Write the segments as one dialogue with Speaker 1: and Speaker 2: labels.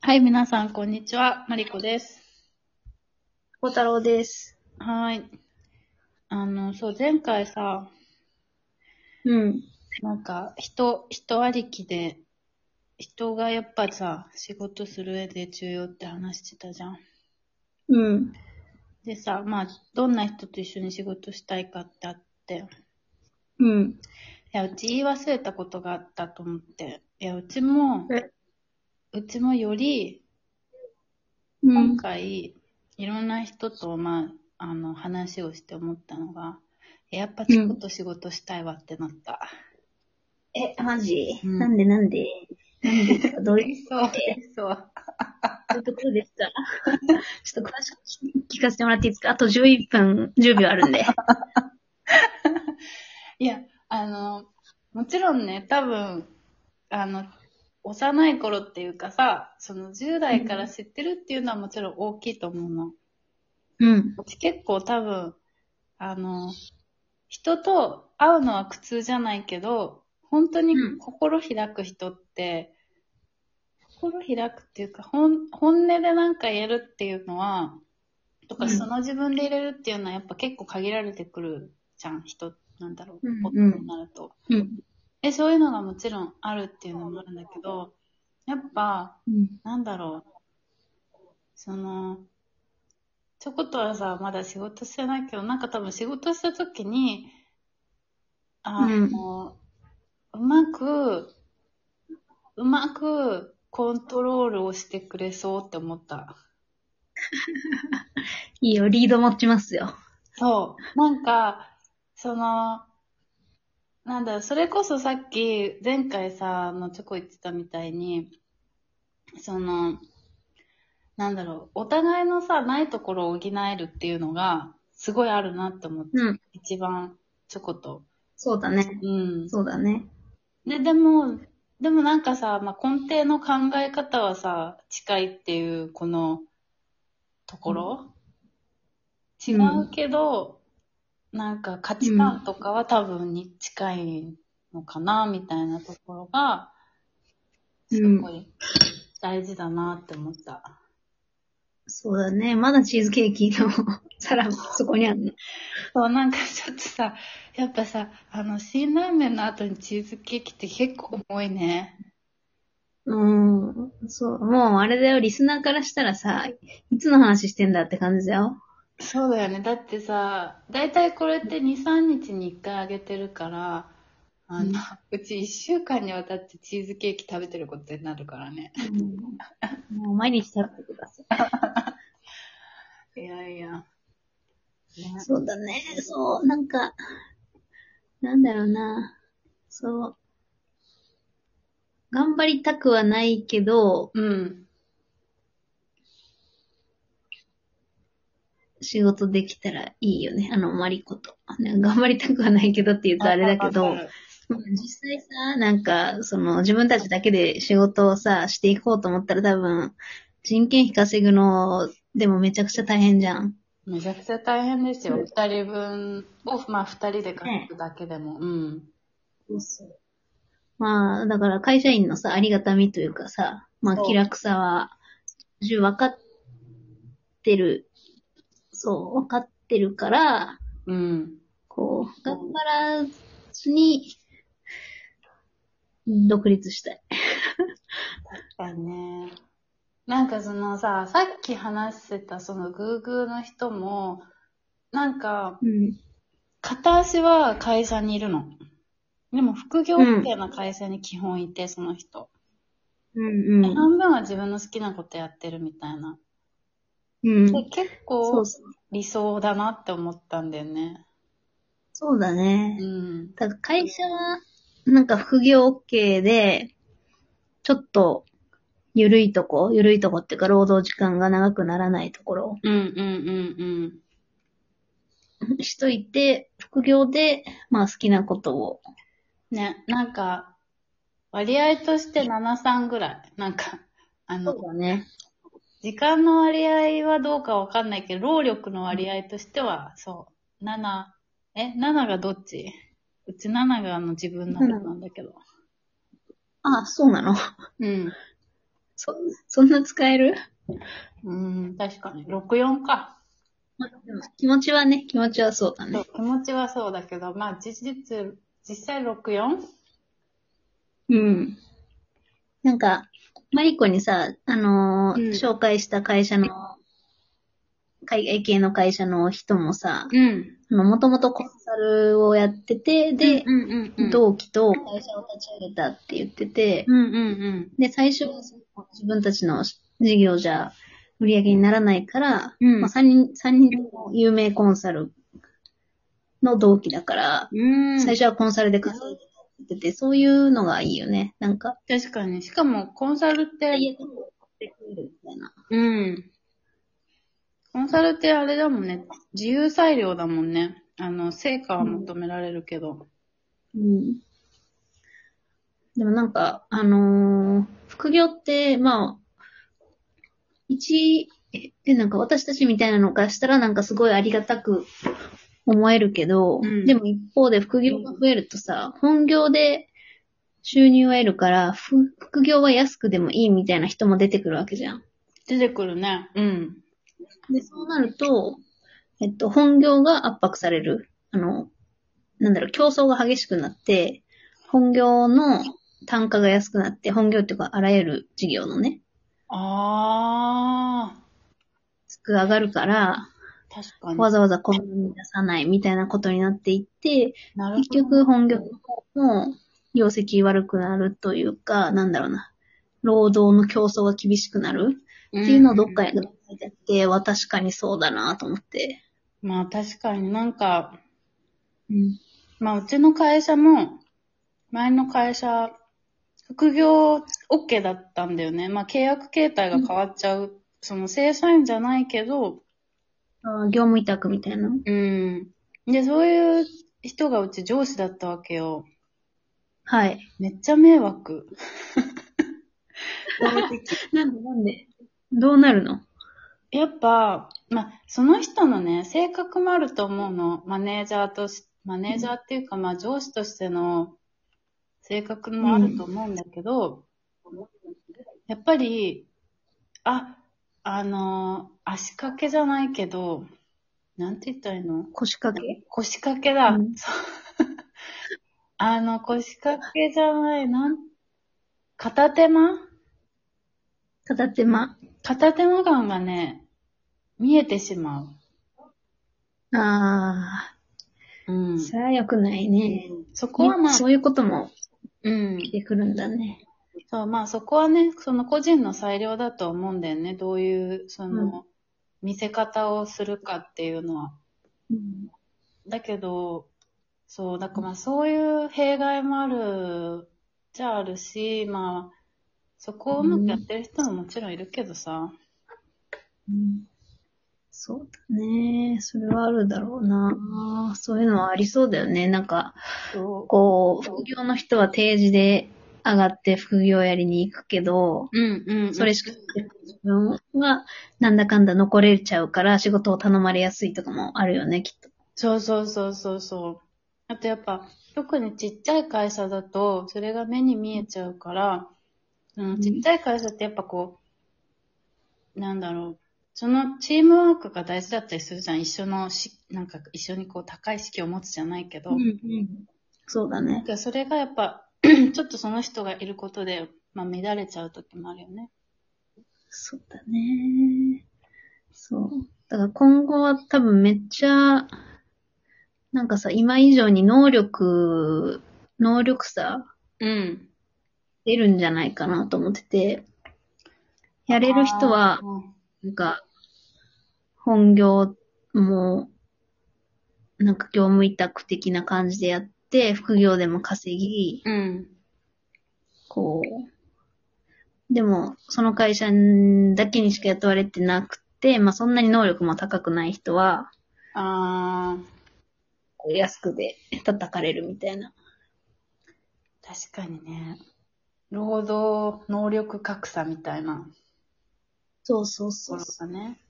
Speaker 1: はい、皆さん、こんにちは。マリコです。
Speaker 2: 小太郎です。
Speaker 1: はーい。あの、そう、前回さ、
Speaker 2: うん。
Speaker 1: なんか、人、人ありきで、人がやっぱさ、仕事する上で重要って話してたじゃん。
Speaker 2: うん。
Speaker 1: でさ、まあ、どんな人と一緒に仕事したいかってあって、
Speaker 2: うん。
Speaker 1: いや、うち言い忘れたことがあったと思って、いや、うちも、
Speaker 2: え
Speaker 1: うちもより、
Speaker 2: う
Speaker 1: 今
Speaker 2: ん。
Speaker 1: 回、いろんな人と、まあ、あの、話をして思ったのが、えやっぱちょっと仕事したいわってなった。
Speaker 2: え、マジ、
Speaker 1: うん
Speaker 2: なんでなんでなんでですかどう いう、
Speaker 1: そう、そう。
Speaker 2: どういうところですか ちょっと詳しく聞かせてもらっていいですかあと11分、10秒あるんで。
Speaker 1: いや、あの、もちろんね、多分、あの、幼い頃っていうかさ、その10代から知ってるっていうのはもちろん大きいと思うの。
Speaker 2: うん。
Speaker 1: うち結構多分、あの、人と会うのは苦痛じゃないけど、本当に
Speaker 2: うん
Speaker 1: 心開く人って、心開くっていうか、本本音でなんか言えるっていうのは、と
Speaker 2: う
Speaker 1: か、
Speaker 2: ん
Speaker 1: その自分で入れるっていうのはやっぱ結構限られてくるじゃん、人、なんだろう、
Speaker 2: うん
Speaker 1: 大人になると。
Speaker 2: うん。
Speaker 1: え、そういうのがもちろんあるっていうのもあるんだけど、やっぱ、
Speaker 2: うん。
Speaker 1: なんだろう。その、ちょこっとはさ、まだ仕事してないけど、なんか多分仕事した時に、あ
Speaker 2: うん
Speaker 1: の、うまく、うまくコントロールをしてくれそうって思った。
Speaker 2: いいよ、リード持ちますよ。
Speaker 1: そう。なんか、その、なんだろう、それこそさっき、前回さ、あのチョコ言ってたみたいに、その、なんだろう、お互いのさ、ないところを補えるっていうのが、すごいあるなって思って、
Speaker 2: うん。
Speaker 1: 一番、チョコと。
Speaker 2: そうだね。
Speaker 1: うん。
Speaker 2: そうだね。
Speaker 1: で、でも、でもなんかさ、まあ、根底の考え方はさ、近いっていう、この、ところ、
Speaker 2: うん
Speaker 1: 違うけど、なんか価値観とかは多分に近いのかな、みたいなところが、すごい大事だなって思った。
Speaker 2: そうだね。まだチーズケーキの 皿、そこにあるの。
Speaker 1: そう、なんかちょっとさ、やっぱさ、あの、辛ラーメンの後にチーズケーキって結構重いね。
Speaker 2: うん。そう。もう、あれだよ。リスナーからしたらさ、いつの話してんだって感じだよ。
Speaker 1: そうだよね。だってさ、だいたいこれって2、3日に1回あげてるから、あの、うち1週間にわたってチーズケーキ食べてることになるからね。
Speaker 2: うんもう毎日食べてください。
Speaker 1: いやいや。ね
Speaker 2: そうだね。そう、なんか、なんだろうな。そう。頑張りたくはないけど、
Speaker 1: うん。
Speaker 2: 仕事できたらいいよね。あの、マリコと。ね頑張りたくはないけどって言うとあれだけ
Speaker 1: わか、
Speaker 2: ど
Speaker 1: る
Speaker 2: 実際さ、なんか、その、自分たちだけで仕事をさ、していこうと思ったら多分、人件費稼ぐの、でもめちゃくちゃ大変じゃん。
Speaker 1: めちゃくちゃ大変ですよ。
Speaker 2: う
Speaker 1: 二
Speaker 2: ん
Speaker 1: 人分を、まあ二人で稼ぐだけでも。うん。
Speaker 2: そうそう。まあ、だから会社員のさ、ありがたみというかさ、まあ、
Speaker 1: そう
Speaker 2: 気楽さは、分かってる、そう、分かってるから、
Speaker 1: うん。
Speaker 2: こう、頑張らずに、独立したい。
Speaker 1: だね。なんかそのさ、さっき話してたそのグーグーの人も、なんか、
Speaker 2: うん。
Speaker 1: 片足は会社にいるの。でも副業みたいな会社に基本いて、その人。
Speaker 2: うん
Speaker 1: で半分は自分の好きなことやってるみたいな。
Speaker 2: うん。うん。
Speaker 1: で結
Speaker 2: そ
Speaker 1: 構
Speaker 2: うそう。
Speaker 1: 理想だなって思ったんだよね。
Speaker 2: そうだ
Speaker 1: う
Speaker 2: ね。
Speaker 1: ん。
Speaker 2: だから会社は、なんか副業 OK で、ちょっと、ゆるいとこ、ゆるいとこっていうか、労働時間が長くならないところ
Speaker 1: うんうんうん
Speaker 2: しといて、副業で、まあ好きなことを。
Speaker 1: うん。ね、なんか、割合として7、3ぐらい。なんか、あの、
Speaker 2: だね。
Speaker 1: 時間の割合はどうかわかんないけど、労力の割合としては、そう。7、え、7がどっちうち7があの自分の方なんだけど。
Speaker 2: あそうなの。
Speaker 1: うん。
Speaker 2: そ、そんな使える
Speaker 1: うん、確かに。64か。
Speaker 2: 気持ちはね、気持ちはそうだ
Speaker 1: そ
Speaker 2: ね
Speaker 1: う。気持ちはそうだけど、まあ、事実、実際 64?
Speaker 2: うん。なんか、マリコにさ、あのー
Speaker 1: うん
Speaker 2: 紹介した会社の、海外系の会社の人もさ、
Speaker 1: うん。
Speaker 2: もともとコンサルをやってて、で、
Speaker 1: うんうんうん。
Speaker 2: 同期と会社を立ち上げたって言ってて、
Speaker 1: うんうん
Speaker 2: で、最初は自分たちの事業じゃ売り上げにならないから、
Speaker 1: うん
Speaker 2: まあ、3人、三人とも有名コンサルの同期だから、
Speaker 1: うん。うん。
Speaker 2: 最初はコンサルで稼いでたって言ってて、そういうのがいいよね。なんか、
Speaker 1: 確かに。しかも、コンサルって、
Speaker 2: 家でも買ってくれるみたいな。
Speaker 1: うん。コンサルってあれだもんね。自由裁量だもんね。あの、成果は求められるけど。
Speaker 2: うん。でもなんか、あのー副業って、まあ、一、ええ、なんか私たちみたいなのからしたらなんかすごいありがたく思えるけど、
Speaker 1: うん
Speaker 2: でも一方で副業が増えるとさ、本業で収入を得るから、ふ副業は安くでもいいみたいな人も出てくるわけじゃん。
Speaker 1: 出てくるね。うん。
Speaker 2: で、そうなると、えっと、本業が圧迫される。あの、なんだろう、競争が激しくなって、本業の単価が安くなって、本業っていうか、あらゆる事業のね、
Speaker 1: あ
Speaker 2: つく上がるから、
Speaker 1: ー。確かに。
Speaker 2: わざわざこんなに出さないみたいなことになっていって、
Speaker 1: なるほ
Speaker 2: 結
Speaker 1: ど。
Speaker 2: 局本業の方も業績悪くなるというか、なんだろうな、労働の競争が厳しくなる
Speaker 1: て
Speaker 2: っていうのをどっかに書いてあって、は確かにそうだなと思って。
Speaker 1: まあ確かになんか、
Speaker 2: うん。
Speaker 1: まあうちの会社も、前の会社、副業 OK だったんだよね。まあ契約形態が変わっちゃう。その正社員じゃないけど、
Speaker 2: あー業務委託みたいな。
Speaker 1: うん。で、そういう人がうち上司だったわけよ。
Speaker 2: はい。
Speaker 1: めっちゃ迷惑。
Speaker 2: なんでなんでどうなるの
Speaker 1: やっぱ、まあ、その人のね、性格もあると思うの。マネージャーとし、マネージャーっていうか、まあ、上司としての性格もあると思うんだけど、やっぱり、あ、あのー足掛けじゃないけど、なんて言ったらいいの
Speaker 2: 腰掛け
Speaker 1: 腰掛けだ。
Speaker 2: うん
Speaker 1: そう あの、腰掛けじゃない、なん、片手間
Speaker 2: 片手間
Speaker 1: 片手間感がね、見えてしまう。
Speaker 2: あ
Speaker 1: うん
Speaker 2: あ、それは良くないね。
Speaker 1: そこはまあ、
Speaker 2: そういうことも
Speaker 1: うん。
Speaker 2: 出てくるんだね。
Speaker 1: そう、まあそこはね、その個人の裁量だと思うんだよね。どういう、その、見せ方をするかっていうのは。
Speaker 2: うん。
Speaker 1: だけど、そう、だからまあそういう弊害もある、じゃあるし、まあ、そこをうまくやってる人ももちろんいるけどさ。
Speaker 2: そうだね。それはあるだろうな。そういうのはありそうだよね。なんか、
Speaker 1: そ
Speaker 2: こう、副業の人は定時で上がって副業やりに行くけど、
Speaker 1: う。うんうん、うん。
Speaker 2: それしか自分がなんだかんだ残れちゃうから仕事を頼まれやすいとかもあるよね、きっと。
Speaker 1: そうそうそうそうそう。あとやっぱ、特にちっちゃい会社だと、それが目に見えちゃうから、う、
Speaker 2: うんん
Speaker 1: ちっちゃい会社ってやっぱこう、なんだろう、そのチームワークが大事だったりするじゃん。一緒のし、なんか一緒にこう高い意識を持つじゃないけど、
Speaker 2: うん。そうだね。
Speaker 1: それがやっぱ、 ちょっとその人がいることで、まあ乱れちゃう時もあるよね。
Speaker 2: そうだね。そう。だから今後は多分めっちゃ、なんかさ、今以上に能力、能力差
Speaker 1: うん。
Speaker 2: 出るんじゃないかなと思ってて、やれる人は、なんか、本業も、なんか業務委託的な感じでやって、副業でも稼ぎ、
Speaker 1: うん。
Speaker 2: こう、でも、その会社だけにしか雇われてなくて、まあそんなに能力も高くない人は、
Speaker 1: ああ、
Speaker 2: こう安くで叩かれるみたいな。
Speaker 1: 確かにね。労働能力格差みたいな
Speaker 2: そうそう
Speaker 1: と
Speaker 2: そ
Speaker 1: ころがね。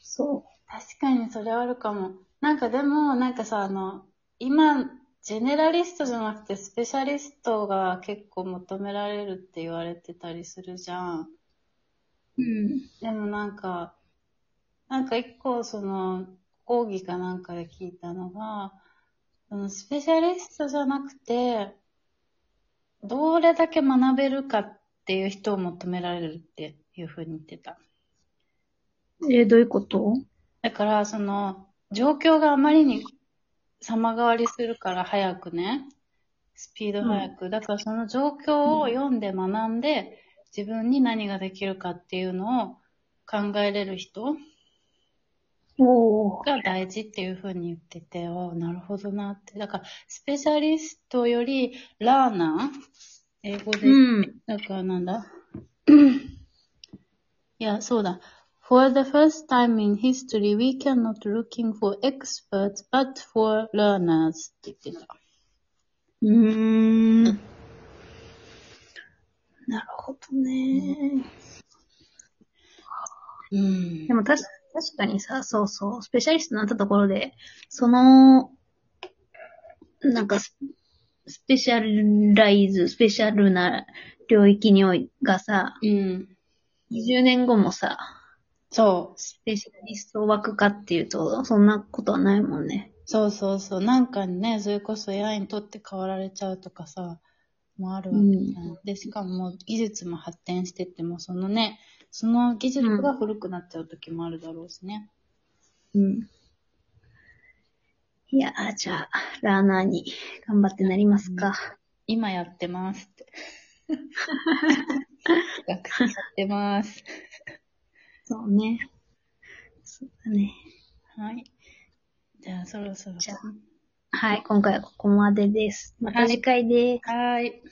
Speaker 2: そ
Speaker 1: 確かにそれはあるかも。なんかでも、なんかさ、あの、今ジェネラリストじゃなくてスペシャリストが結構求められるって言われてたりするじゃん。
Speaker 2: うん。
Speaker 1: でもなんか、なんか一個その、講義かなんかで聞いたのが、そのスペシャリストじゃなくて、どれだけ学べるかっていう人を求められるっていうふうに言ってた。
Speaker 2: えーどういうこと
Speaker 1: だから、その、状況があまりに様変わりするから早くね、スピード早く。だからその状況を読んで学んで、自分に何ができるかっていうのを考えれる人
Speaker 2: おお。
Speaker 1: が大事っていうふうに言ってて、ああなるほどなって。だから、スペシャリストより、ラーナー英語で、
Speaker 2: うん。
Speaker 1: だからなんだいや、そうだ。For the first time in history, we cannot looking for experts, but for learners って言ってた。
Speaker 2: うーん。なるほどね。
Speaker 1: うん
Speaker 2: でも確か確かにさ、そうそう、スペシャリストになったところで、その、なんかス、スペシャライズ、スペシャルな領域においがさ、
Speaker 1: うん。
Speaker 2: 20年後もさ、
Speaker 1: そう。
Speaker 2: スペシャリスト枠かっていうと、そんなことはないもんね。
Speaker 1: そうそうそう。なんかね、それこそ AI にとって変わられちゃうとかさ、もあるわけじゃん。で、しかも技術も発展してっても、そのね、その技術が古くなっちゃう時もあるだろうしね。
Speaker 2: うん。いやー、じゃあ、ラーナーに頑張ってなりますか。
Speaker 1: 今やってます って。学習やってます。
Speaker 2: そうね。そうだね。
Speaker 1: はい。じゃあそろそろ。
Speaker 2: じゃあはい、今回はここまでです。また次回です。
Speaker 1: はい。